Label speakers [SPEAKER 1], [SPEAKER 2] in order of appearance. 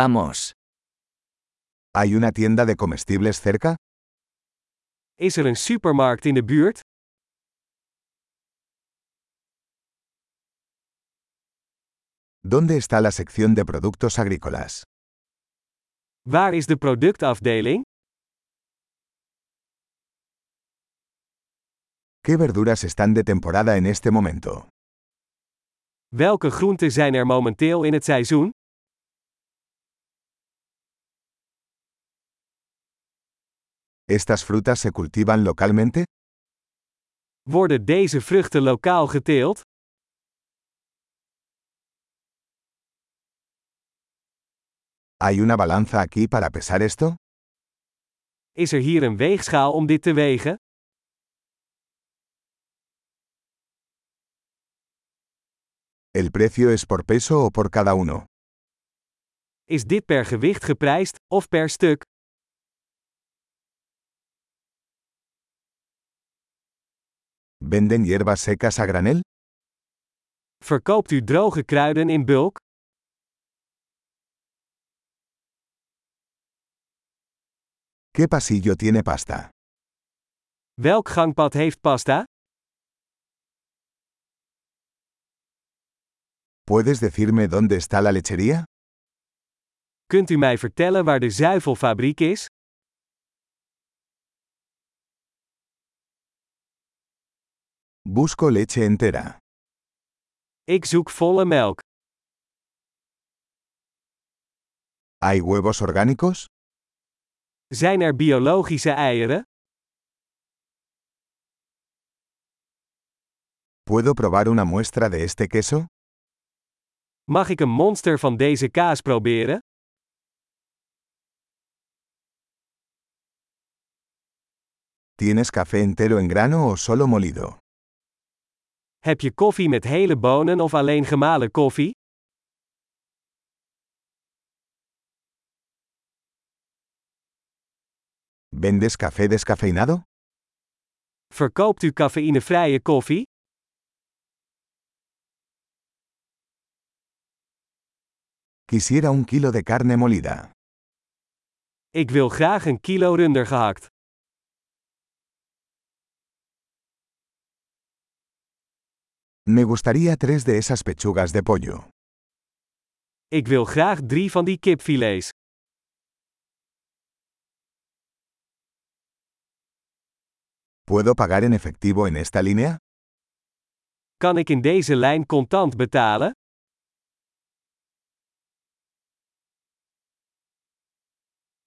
[SPEAKER 1] Vamos.
[SPEAKER 2] ¿Hay una tienda de comestibles cerca?
[SPEAKER 3] Is er een supermarkt in de buurt?
[SPEAKER 2] ¿Dónde está la sección de productos agrícolas?
[SPEAKER 3] Waar is de productafdeling?
[SPEAKER 2] ¿Qué verduras están de temporada en este momento?
[SPEAKER 3] Welke groenten zijn er momenteel in het seizoen?
[SPEAKER 2] ¿Estas frutas se cultivan localmente?
[SPEAKER 3] Worden deze vruchten lokaal geteeld?
[SPEAKER 2] ¿Hay una balanza aquí para pesar esto?
[SPEAKER 3] Is er hier een weegschaal om dit te wegen?
[SPEAKER 2] ¿El precio es por peso o por cada uno?
[SPEAKER 3] Is dit per gewicht geprijsd of per stuk?
[SPEAKER 2] ¿Venden hierbas secas a granel?
[SPEAKER 3] Verkoopt u droge kruiden in bulk?
[SPEAKER 2] ¿Qué pasillo tiene pasta?
[SPEAKER 3] Welk gangpad heeft pasta?
[SPEAKER 2] ¿Puedes decirme dónde está la lechería?
[SPEAKER 3] Kunt u mij vertellen waar de zuivelfabriek is?
[SPEAKER 2] Busco leche entera.
[SPEAKER 3] Ik zoek volle melk.
[SPEAKER 2] ¿Hay huevos orgánicos?
[SPEAKER 3] Zijn er biologische eieren?
[SPEAKER 2] ¿Puedo probar una muestra de este queso?
[SPEAKER 3] Mag ik een monster van deze kaas proberen?
[SPEAKER 2] ¿Tienes café entero en grano o solo molido?
[SPEAKER 3] Heb je koffie met hele bonen of alleen gemalen koffie?
[SPEAKER 2] ¿Vendes café descafeinado?
[SPEAKER 3] Verkoopt u cafeïnevrije koffie?
[SPEAKER 2] Quisiera un kilo de carne molida.
[SPEAKER 3] Ik wil graag een kilo runder gehakt.
[SPEAKER 2] Me gustaría tres de esas pechugas de pollo.
[SPEAKER 3] Ik wil graag drie van die kipfilets.
[SPEAKER 2] ¿Puedo pagar en efectivo en esta línea?
[SPEAKER 3] Kan ik in deze lijn contant betalen?